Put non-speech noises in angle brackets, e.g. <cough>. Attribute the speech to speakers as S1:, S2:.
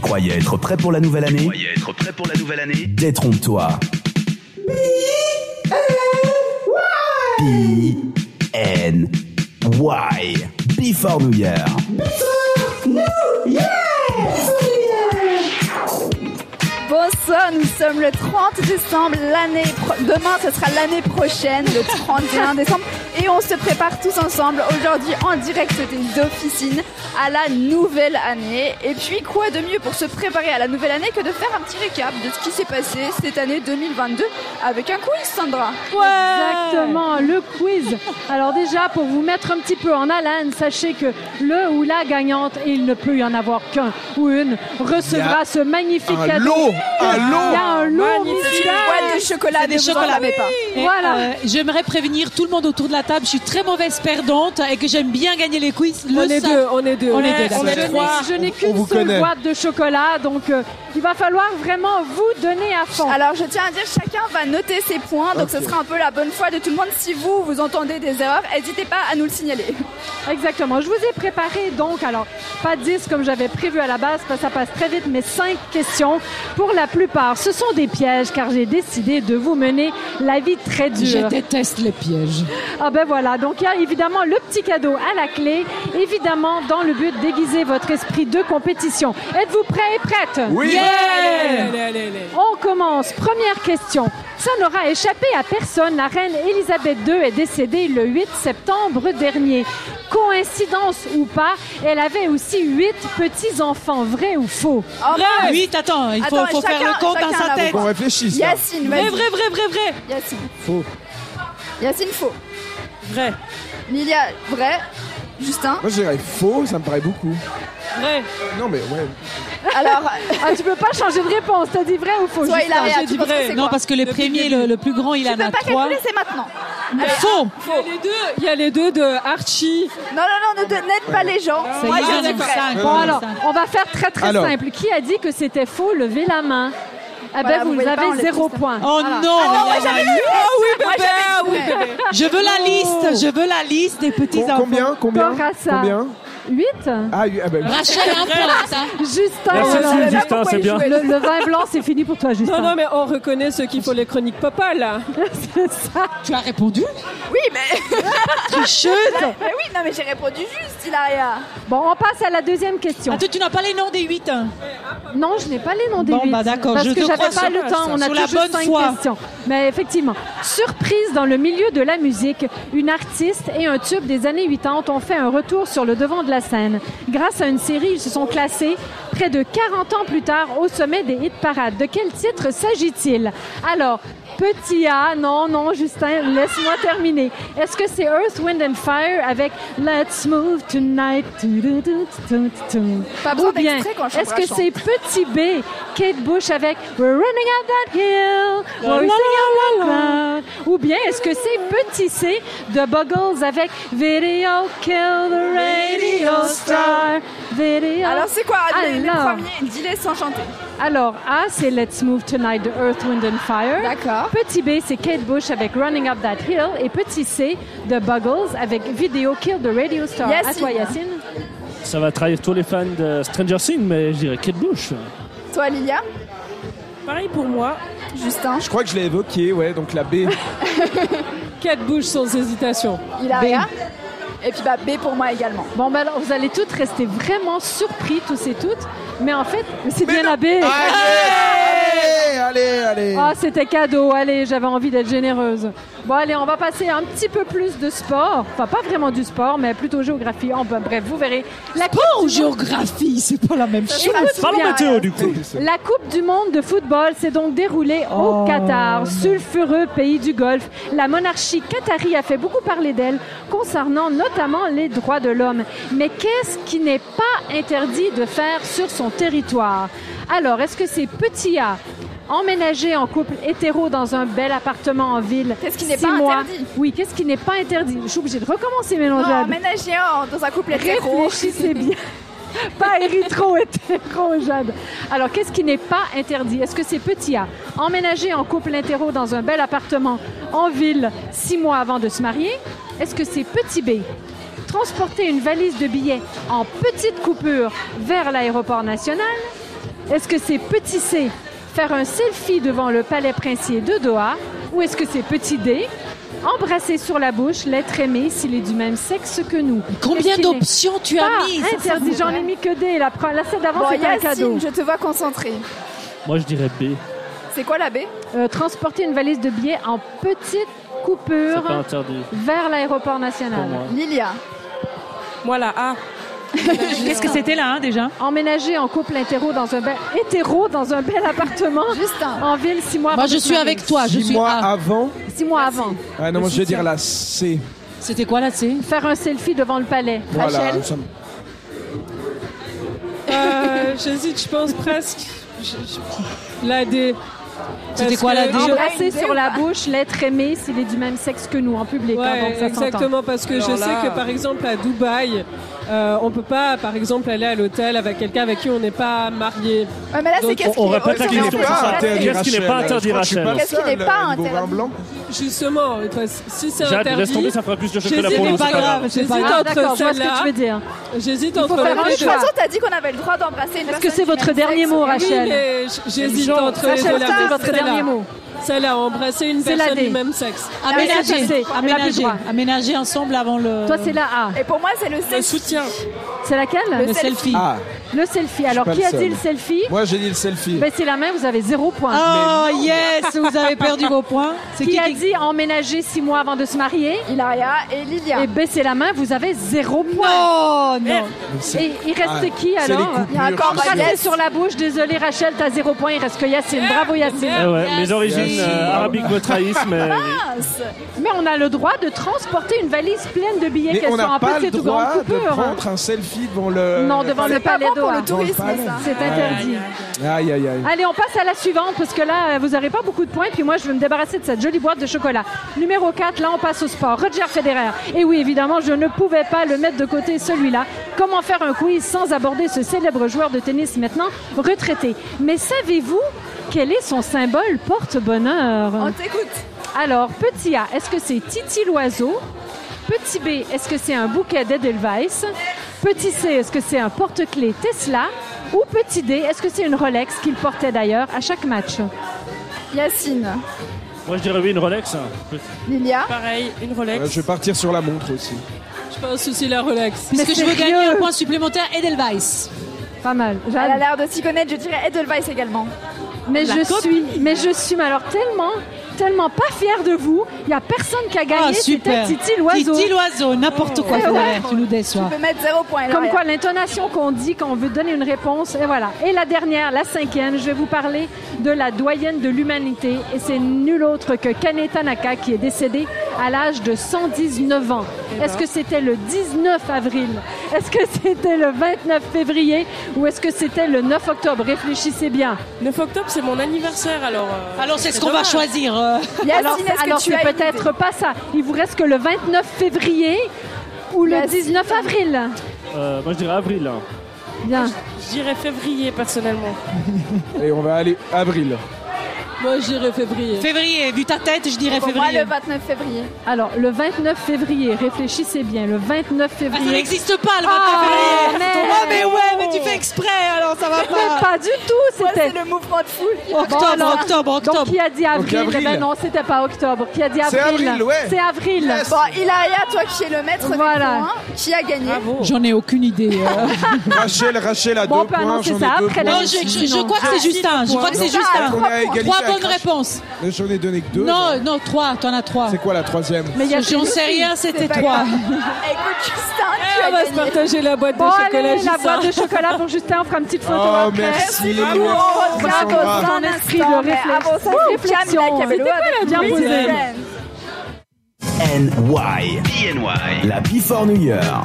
S1: croyais être prêt pour la nouvelle année
S2: Croyez être prêt pour la nouvelle année
S1: Détrompe-toi. B-N-Y. Before New Year.
S3: Bonsoir, nous sommes le 30 décembre, l'année pro- demain ce sera l'année prochaine, le 31 décembre, et on se prépare tous ensemble aujourd'hui en direct des officines à la nouvelle année. Et puis quoi de mieux pour se préparer à la nouvelle année que de faire un petit récap de ce qui s'est passé cette année 2022 avec un quiz, Sandra.
S4: Exactement, le quiz. Alors déjà, pour vous mettre un petit peu en haleine, sachez que le ou la gagnante, et il ne peut y en avoir qu'un ou une,
S5: Il y
S4: recevra ce magnifique
S5: Un
S4: cadeau.
S5: lot, un
S4: Il y
S5: lot.
S4: a un lot
S3: C'est une
S4: musical.
S3: boîte de chocolat,
S6: C'est
S3: mais
S6: des
S3: vous en
S6: chocolats.
S3: avez pas.
S6: Et,
S4: Voilà.
S6: euh, J'aimerais prévenir tout le monde autour de la table, je suis très mauvaise perdante et que j'aime bien gagner les quiz. Le
S7: On est
S6: sa-
S7: deux, on est deux.
S6: On est
S4: Je
S6: deux, on est
S4: n'ai-
S6: trois.
S4: Je n'ai
S5: On vous
S4: qu'une seule
S5: connaît.
S4: boîte de chocolat, donc euh, il va falloir vraiment vous donner à fond.
S3: Alors, je tiens à dire, chacun va noter ses points, donc ce sera un peu la bonne foi de tout le monde. Si vous, vous entendez des erreurs, n'hésitez pas à nous le signaler.
S4: Exactement. Je vous ai préparé donc, alors, pas 10 comme j'avais prévu à la base, parce que ça passe très vite, mais 5 questions. Pour la plupart, ce sont des pièges, car j'ai décidé de vous mener la vie très
S6: Je
S4: dure.
S6: déteste les pièges.
S4: Ah ben voilà, donc il y a évidemment le petit cadeau à la clé, évidemment dans le but d'aiguiser votre esprit de compétition. Êtes-vous prêts et prêtes
S5: Oui.
S7: Allez, allez, allez, allez.
S4: On commence. Première question. Ça n'aura échappé à personne. La reine Élisabeth II est décédée le 8 septembre dernier. Coïncidence ou pas, elle avait aussi huit petits-enfants. Vrai ou faux?
S3: En vrai,
S6: Oui, attends, il faut,
S3: Attends,
S6: faut faire
S3: chacun-
S6: le compte dans
S3: chacun
S6: sa
S3: la
S6: tête.
S3: voix.
S5: On réfléchit. ça.
S3: Yacine, vas-y.
S6: Vrai, vrai, vrai, vrai, vrai.
S3: Yacine.
S5: Faux.
S3: Yacine, faux.
S7: Vrai,
S3: Lilia, vrai. Justin.
S5: Moi je dirais faux, ça me paraît beaucoup.
S7: vrai.
S5: Euh, Non mais ouais. <laughs>
S3: Alors,
S4: Ah, tu peux pas changer de réponse. T'as dit vrai ou faux?
S3: toi, il
S4: Justin?
S3: a rien.
S7: j'ai
S3: Tu
S7: dit
S3: penses que
S7: vrai.
S3: c'est
S6: Non,
S3: quoi
S6: parce que les premiers, le, le plus grand, il en
S3: Tu peux
S6: a
S3: pas
S6: trois.
S3: calculer, Ah, c'est maintenant.
S6: Faux.
S7: Il y a les deux, il y a les deux de Archie.
S3: Non, non, non, ne de- n'aide pas les gens.
S6: Ça y
S3: Moi,
S6: est,
S3: je
S6: on
S3: dis
S6: est
S3: vrai.
S6: cinq.
S5: Euh,
S4: Bon,
S6: on est
S4: alors,
S6: cinq.
S4: on va faire très, très
S5: Alors.
S4: simple. Qui a dit que c'était faux? Levez la main. Ah ben,
S3: Voilà, vous
S4: vous,
S3: voyez pas, on
S4: avez
S3: les
S4: zéro
S3: tous.
S4: point.
S6: Oh
S4: Voilà.
S6: non,
S3: Ah non, moi,
S6: il y en a
S3: j'avais
S6: eu.
S3: Moi, j'avais dit vrai.
S6: Oh Je veux la
S3: Oh.
S6: liste, je veux la liste des petits
S5: Com-
S6: enfants.
S5: combien Combien
S4: Peur à ça.
S5: Combien
S4: Huit?
S5: Ah, oui, ah bah, oui.
S6: Rachel a un point, ça.
S4: Justin,
S8: Merci,
S4: voilà.
S3: J'avais
S8: Justin,
S3: pourquoi
S8: c'est
S3: il
S8: bien.
S3: jouait.
S4: Le, le vin blanc, c'est fini pour toi, Justin.
S7: Non, non, mais on reconnaît ceux qui font les chroniques papa, là.
S4: C'est ça.
S6: Tu as répondu
S3: Oui, mais... <laughs>
S6: Tricheuse
S3: mais oui, non, mais j'ai répondu juste, Ilaria.
S4: Bon, on passe à la deuxième question.
S6: Attends, tu n'as pas les noms des huit. hein.
S4: Non, je n'ai pas les noms des
S6: Bon,
S4: huit,
S6: bah, d'accord,
S4: Parce
S6: je
S4: que
S6: te
S4: j'avais
S6: crois
S4: pas
S6: sur
S4: le
S6: ça,
S4: temps. On a
S6: sur la
S4: toujours
S6: bonne
S4: cinq
S6: foi.
S4: questions. Mais effectivement, surprise dans le milieu de la musique, une artiste et un tube des années 80 ont fait un retour sur le devant de la scène. Grâce à une série, ils se sont classés près de 40 ans plus tard au sommet des hit parades. De quel titre s'agit-il Alors, petit A, non, non, Justin, laisse-moi terminer. Est-ce que c'est Earth, Wind and Fire avec Let's Move Tonight tu, tu, tu, tu, tu, tu.
S3: Pas besoin
S4: Ou bien,
S3: d'extrait quand je
S4: est-ce que
S3: chante.
S4: c'est Petit B, Kate Bush avec We're running up that hill, we're singing out loud? Ou bien, est-ce que c'est Petit C de Buggles avec Video Kill the Radio Star?
S6: Ah.
S4: Video.
S3: Alors, c'est quoi les, les
S4: Alors.
S3: premiers Dis-les sans chanter.
S4: Alors, A, c'est Let's Move Tonight de Earth, Wind and Fire.
S3: D'accord.
S4: Petit B, c'est Kate Bush avec Running Up That Hill. Et Petit C de Buggles avec Video Kill the Radio Star. À
S3: Yacine.
S4: toi, Yacine.
S8: Ça va trahir tous les fans de Stranger Things, mais je dirais Kate Bush.
S3: Toi, Lilia.
S7: Pareil pour moi.
S3: Justin.
S5: Je crois que je l'ai évoqué, ouais, donc la B.
S7: Quatre bouches sans hésitation.
S3: Ilaria. Et puis, bah, B pour moi également.
S4: Bon, ben alors, vous allez toutes rester vraiment surpris, tous et toutes. Mais en fait, c'est bien la B.
S5: allez, Eh, allez, allez.
S4: Ah, c'était cadeau. Allez, j'avais envie d'être généreuse. Bon, allez, on va passer un petit peu plus de sport. Enfin, pas vraiment du sport, mais plutôt géographie. Oh, ben, bref, vous verrez. La coupe,
S6: En géographie, c'est pas la même chose.
S8: Parlons
S3: Bien,
S8: météo, Oh, du coup.
S4: la coupe du monde de football s'est donc déroulée au Qatar, sulfureux pays du Golfe. La monarchie qatari a fait beaucoup parler d'elle, concernant notamment les droits de l'homme. Mais qu'est-ce qui n'est pas interdit de faire sur son territoire Alors, est-ce que c'est petit A Emménager en couple hétéro dans un bel appartement en ville.
S3: Qu'est-ce qui n'est
S4: six
S3: pas
S4: mois.
S3: interdit
S4: Oui, qu'est-ce qui n'est pas interdit Je suis obligée de recommencer, mes
S3: Non,
S4: Jade.
S3: emménager en- dans un couple hétéro.
S4: Réfléchissez bien. Pas hétéro, hétéro, Jade. Alors, qu'est-ce qui n'est pas interdit? Est-ce que c'est petit A? Emménager en couple hétéro dans un bel appartement en ville six mois avant de se marier? Est-ce que c'est petit B? Transporter une valise de billets en petite coupure vers l'aéroport national? Est-ce que c'est petit C, faire un selfie devant le palais princier de Doha, ou est-ce que c'est petit D, embrasser sur la bouche l'être aimé s'il est du même sexe que nous?
S6: Combien
S4: Est-ce qu'il est
S6: d'options tu as
S4: pas
S6: mis
S4: interdit, j'en ai mis que D. La, pre- la scène d'avant,
S3: Bon,
S4: c'était un cadeau.
S3: Yacine, je te vois concentrée.
S8: Moi, je dirais B.
S3: C'est quoi la B
S4: Euh, transporter une valise de billets en petite
S8: C'est pas
S4: coupure
S8: interdit
S4: vers l'aéroport
S8: pour
S7: Ah,
S4: national.
S8: moi.
S3: Lilia.
S7: Moi, la A.
S6: Qu'est-ce que c'était là, hein, déjà
S4: Emménager en couple hétéro dans un bel, hétéro dans un bel appartement
S3: Justin.
S4: en ville six mois avant
S6: Ah, Moi, je
S4: de se
S6: suis
S4: marier.
S6: avec toi. Je
S5: Six
S6: suis ah.
S5: mois
S6: A.
S5: avant.
S4: Six mois avant.
S5: Ah non,
S6: Le
S5: moi je vais
S6: soutien.
S5: dire la C.
S6: C'était quoi là, c'est
S4: Faire un selfie devant le palais.
S5: Voilà.
S6: Rachel
S5: ça me-
S7: Euh, J'hésite, je pense presque. Je- je- La D.
S6: C'était
S7: Parce
S6: quoi,
S7: que
S6: la D
S7: je-
S4: Embrasser
S3: idée
S4: sur
S3: ou
S4: la
S3: pas
S4: bouche l'être aimé s'il est du même sexe que nous en public. hein,
S7: Ouais,
S4: donc ça s'entend.
S7: exactement, parce que je sais
S4: euh,
S7: que par exemple à Dubaï, euh, on peut pas par exemple aller à l'hôtel avec quelqu'un avec qui on n'est pas marié.
S3: Ouais, mais là, c'est
S7: Donc,
S3: qu'est-ce
S8: on
S3: qui-
S8: répète la
S3: si on
S8: question,
S3: peut
S8: c'est ça.
S3: pas-
S8: Interdit. Qu'est-ce qui n'est pas
S5: Rachel
S8: interdit,
S5: Je crois que je suis
S8: Rachelin
S5: le
S3: Qu'est-ce qui n'est
S5: seul,
S3: pas
S5: euh, niveau vin
S3: interdit
S5: blanc.
S7: Justement, toi, si c'est
S8: Jade,
S7: interdit,
S8: laisse tomber, ça fera plus de chocolat
S7: J'hésite,
S8: pour nous.
S7: c'est pas grave.
S6: C'est
S7: J'hésite
S6: pas
S4: Ah, d'accord,
S7: entre
S4: je vois ce que tu
S7: celle-là.
S4: veux dire.
S7: J'hésite entre
S4: faire un
S3: Mais
S7: les
S3: De
S7: deux.
S3: toute façon, t'as dit qu'on avait le droit d'embrasser une
S4: Est-ce
S3: personne.
S4: que c'est
S3: du
S4: votre
S3: même
S4: dernier
S3: sexe.
S4: mot,
S7: Oui,
S4: Rachel
S7: mais j- j'hésite
S4: Jean,
S7: entre les
S4: Rachel,
S7: deux. la
S4: c'est
S7: D,
S4: votre
S7: celle-là.
S4: dernier mot.
S7: Celle-là, embrasser une
S4: C'est la
S7: personne
S4: D.
S7: du même sexe.
S4: c'est
S6: Aménager.
S4: passé. On l'a plus
S6: Aménager.
S4: droit.
S6: Aménager ensemble avant le.
S4: Toi, c'est la A.
S3: Et pour moi, c'est le
S7: Le
S3: sexe.
S7: soutien.
S4: C'est laquelle
S6: le
S3: selfie.
S6: selfie.
S5: Ah,
S4: le... selfie. Alors,
S5: pas
S4: qui
S5: le
S4: a dit
S5: seul.
S4: le selfie
S5: moi j'ai dit le selfie.
S4: Ben, C'est la main, vous avez zéro point.
S6: Oh yes, vous avez perdu vos points. C'est
S4: qui, a dit emménager six mois avant de se marier
S3: Ilaria et Lilia.
S4: et baisser la main, vous avez zéro point.
S6: Non, non.
S4: Et il reste
S5: Ah,
S4: qui
S5: c'est les
S4: alors
S5: coupures.
S3: Il y a encore
S5: Rachel.
S3: Rachel.
S4: Embrasser sur la bouche, désolé Rachel, t'as zéro point, il reste que Yacine. Bravo Yacine.
S8: Ah ouais, mes origines
S5: Yes.
S8: euh, arabiques me trahissent,
S7: <laughs>
S8: mais
S4: Mais on a le droit de transporter une valise pleine de billets,
S5: Mais
S4: qu'elle
S5: on
S4: soit
S5: n'a
S4: en
S5: pas le
S4: petite ou grande
S5: droit de
S4: coupure. hein.
S5: prendre un selfie devant le.
S4: Non, devant le
S3: C'est pas
S4: palais
S3: bon pour
S4: d'Oa.
S3: le tourisme,
S5: Dans le palais.
S3: ça.
S4: C'est interdit.
S5: Aïe aïe aïe.
S4: Allez, on passe à la suivante parce que là, euh, vous n'aurez pas beaucoup de points. Puis moi, je vais me débarrasser de cette jolie boîte de chocolat. Numéro 4, là, on passe au sport. Roger Federer. Et oui, évidemment, je ne pouvais pas le mettre de côté, celui-là. Comment faire un quiz sans aborder ce célèbre joueur de tennis maintenant retraité Mais savez-vous quel est son symbole porte-bonheur
S3: On t'écoute.
S4: Alors, petit A, est-ce que c'est Titi l'oiseau Petit B, est-ce que c'est un bouquet d'Edelweiss Petit C, est-ce que c'est un porte-clés Tesla Ou petit D, est-ce que c'est une Rolex qu'il portait d'ailleurs à chaque match
S3: Yacine.
S8: moi je dirais oui, une Rolex.
S3: Lilia.
S7: Pareil, une Rolex.
S5: Euh, Je vais partir sur la montre aussi.
S7: Je pense aussi la Rolex.
S6: Puisque je veux
S4: sérieux.
S6: gagner un point supplémentaire Edelweiss.
S4: Pas mal. Ah. Jeanne.
S3: Elle a l'air de s'y connaître, je dirais Edelweiss également.
S4: mais
S6: la
S4: je
S6: copie.
S4: suis, mais je suis, mais alors tellement, tellement pas fière de vous. Il y a personne qui a
S6: Ah,
S4: gagné.
S6: super.
S4: C'était Titi l'oiseau.
S6: Titi l'oiseau, n'importe quoi.
S3: Eh ouais.
S6: Federer, Tu nous déçois.
S3: Tu peux mettre zéro point.
S4: Comme
S3: Ilaria.
S4: quoi, l'intonation qu'on dit quand on veut donner une réponse, et voilà. Et la dernière, la cinquième, je vais vous parler de la doyenne de l'humanité, et c'est nul autre que Kane Tanaka qui est décédée à l'âge de 119 ans.
S3: Eh ben.
S4: Est-ce que c'était le 19 avril? Est-ce que c'était le 29 février? Ou est-ce que c'était le 9 octobre? Réfléchissez bien.
S7: 9 octobre, c'est mon anniversaire alors. euh,
S6: Alors c'est ce qu'on va
S7: dommage.
S6: choisir. euh.
S4: alors,
S3: Yacine, est-ce
S4: alors,
S3: que tu
S4: c'est
S3: as une idée
S4: peut-être pas ça. Il vous reste que le 29 février ou le
S3: Yacine.
S4: 19 avril.
S8: Euh, moi je dirais avril. hein.
S4: Bien.
S7: Je dirais février personnellement.
S5: Et on va aller avril.
S7: Moi, je dirais février.
S6: Février, vu ta tête, je dirais
S3: Pour moi,
S6: février.
S3: le 29 février.
S4: Alors, le 29 février, réfléchissez bien, le 29
S6: Ah, ça
S4: février.
S6: n'existe pas le 29
S4: Ah,
S6: février.
S4: merde.
S6: Ah, mais ouais, mais tu fais exprès, alors ça va
S4: Mais
S6: pas.
S4: pas du tout,
S3: Moi, c'est
S4: c'était.
S3: le mouvement de foule. qui-
S6: Octobre,
S4: alors.
S6: octobre,
S4: Donc,
S6: octobre.
S4: qui a dit avril,
S5: avril.
S4: Eh ben non, c'était pas octobre. Qui a dit
S5: C'est
S4: avril
S5: avril, ouais.
S4: C'est avril.
S5: Yes.
S3: Bon, Ilaria, toi qui es le maître des
S4: Voilà.
S3: points, qui a gagné
S6: J'en ai aucune idée. euh.
S5: Rachel, Rachel a
S4: Bon, on
S5: deux
S4: peut
S5: points.
S4: annoncer
S5: J'en ai
S4: ça
S5: deux
S4: après la
S5: points.
S6: Non, je, je- je
S4: Sinon. ah,
S6: crois que c'est Justin. Je crois que c'est
S3: Donc, ah,
S6: Justin.
S5: On est à égalité
S6: Trois
S5: à
S6: bonnes
S5: quatre.
S6: réponses.
S5: Mais J'en ai donné que deux.
S6: Non, non, trois. T'en as trois.
S5: C'est quoi la troisième
S4: Mais il y a
S6: J'en sais rien, c'était
S3: C'est pas
S6: trois.
S3: grave. Bah, Écoute, <laughs> Justin,
S7: Eh,
S3: tu as
S7: on va se
S3: gagné.
S7: partager la boîte de
S4: Bon,
S7: chocolat.
S4: allez, la
S7: Justin.
S4: boîte de chocolat pour Justin, on fera une petite photo
S5: Oh,
S4: après.
S5: merci.
S3: beaucoup.
S5: merci.
S3: On revient
S5: Merci.
S3: dans
S4: Ton
S3: un
S4: esprit
S3: instant,
S4: de
S3: mais
S4: réflexion.
S3: avant ça,
S4: Ouh,
S3: réflexion.
S4: Camila Cabello avec bien
S3: Big
S4: posé.
S3: Friends.
S1: NY. La Before New Year.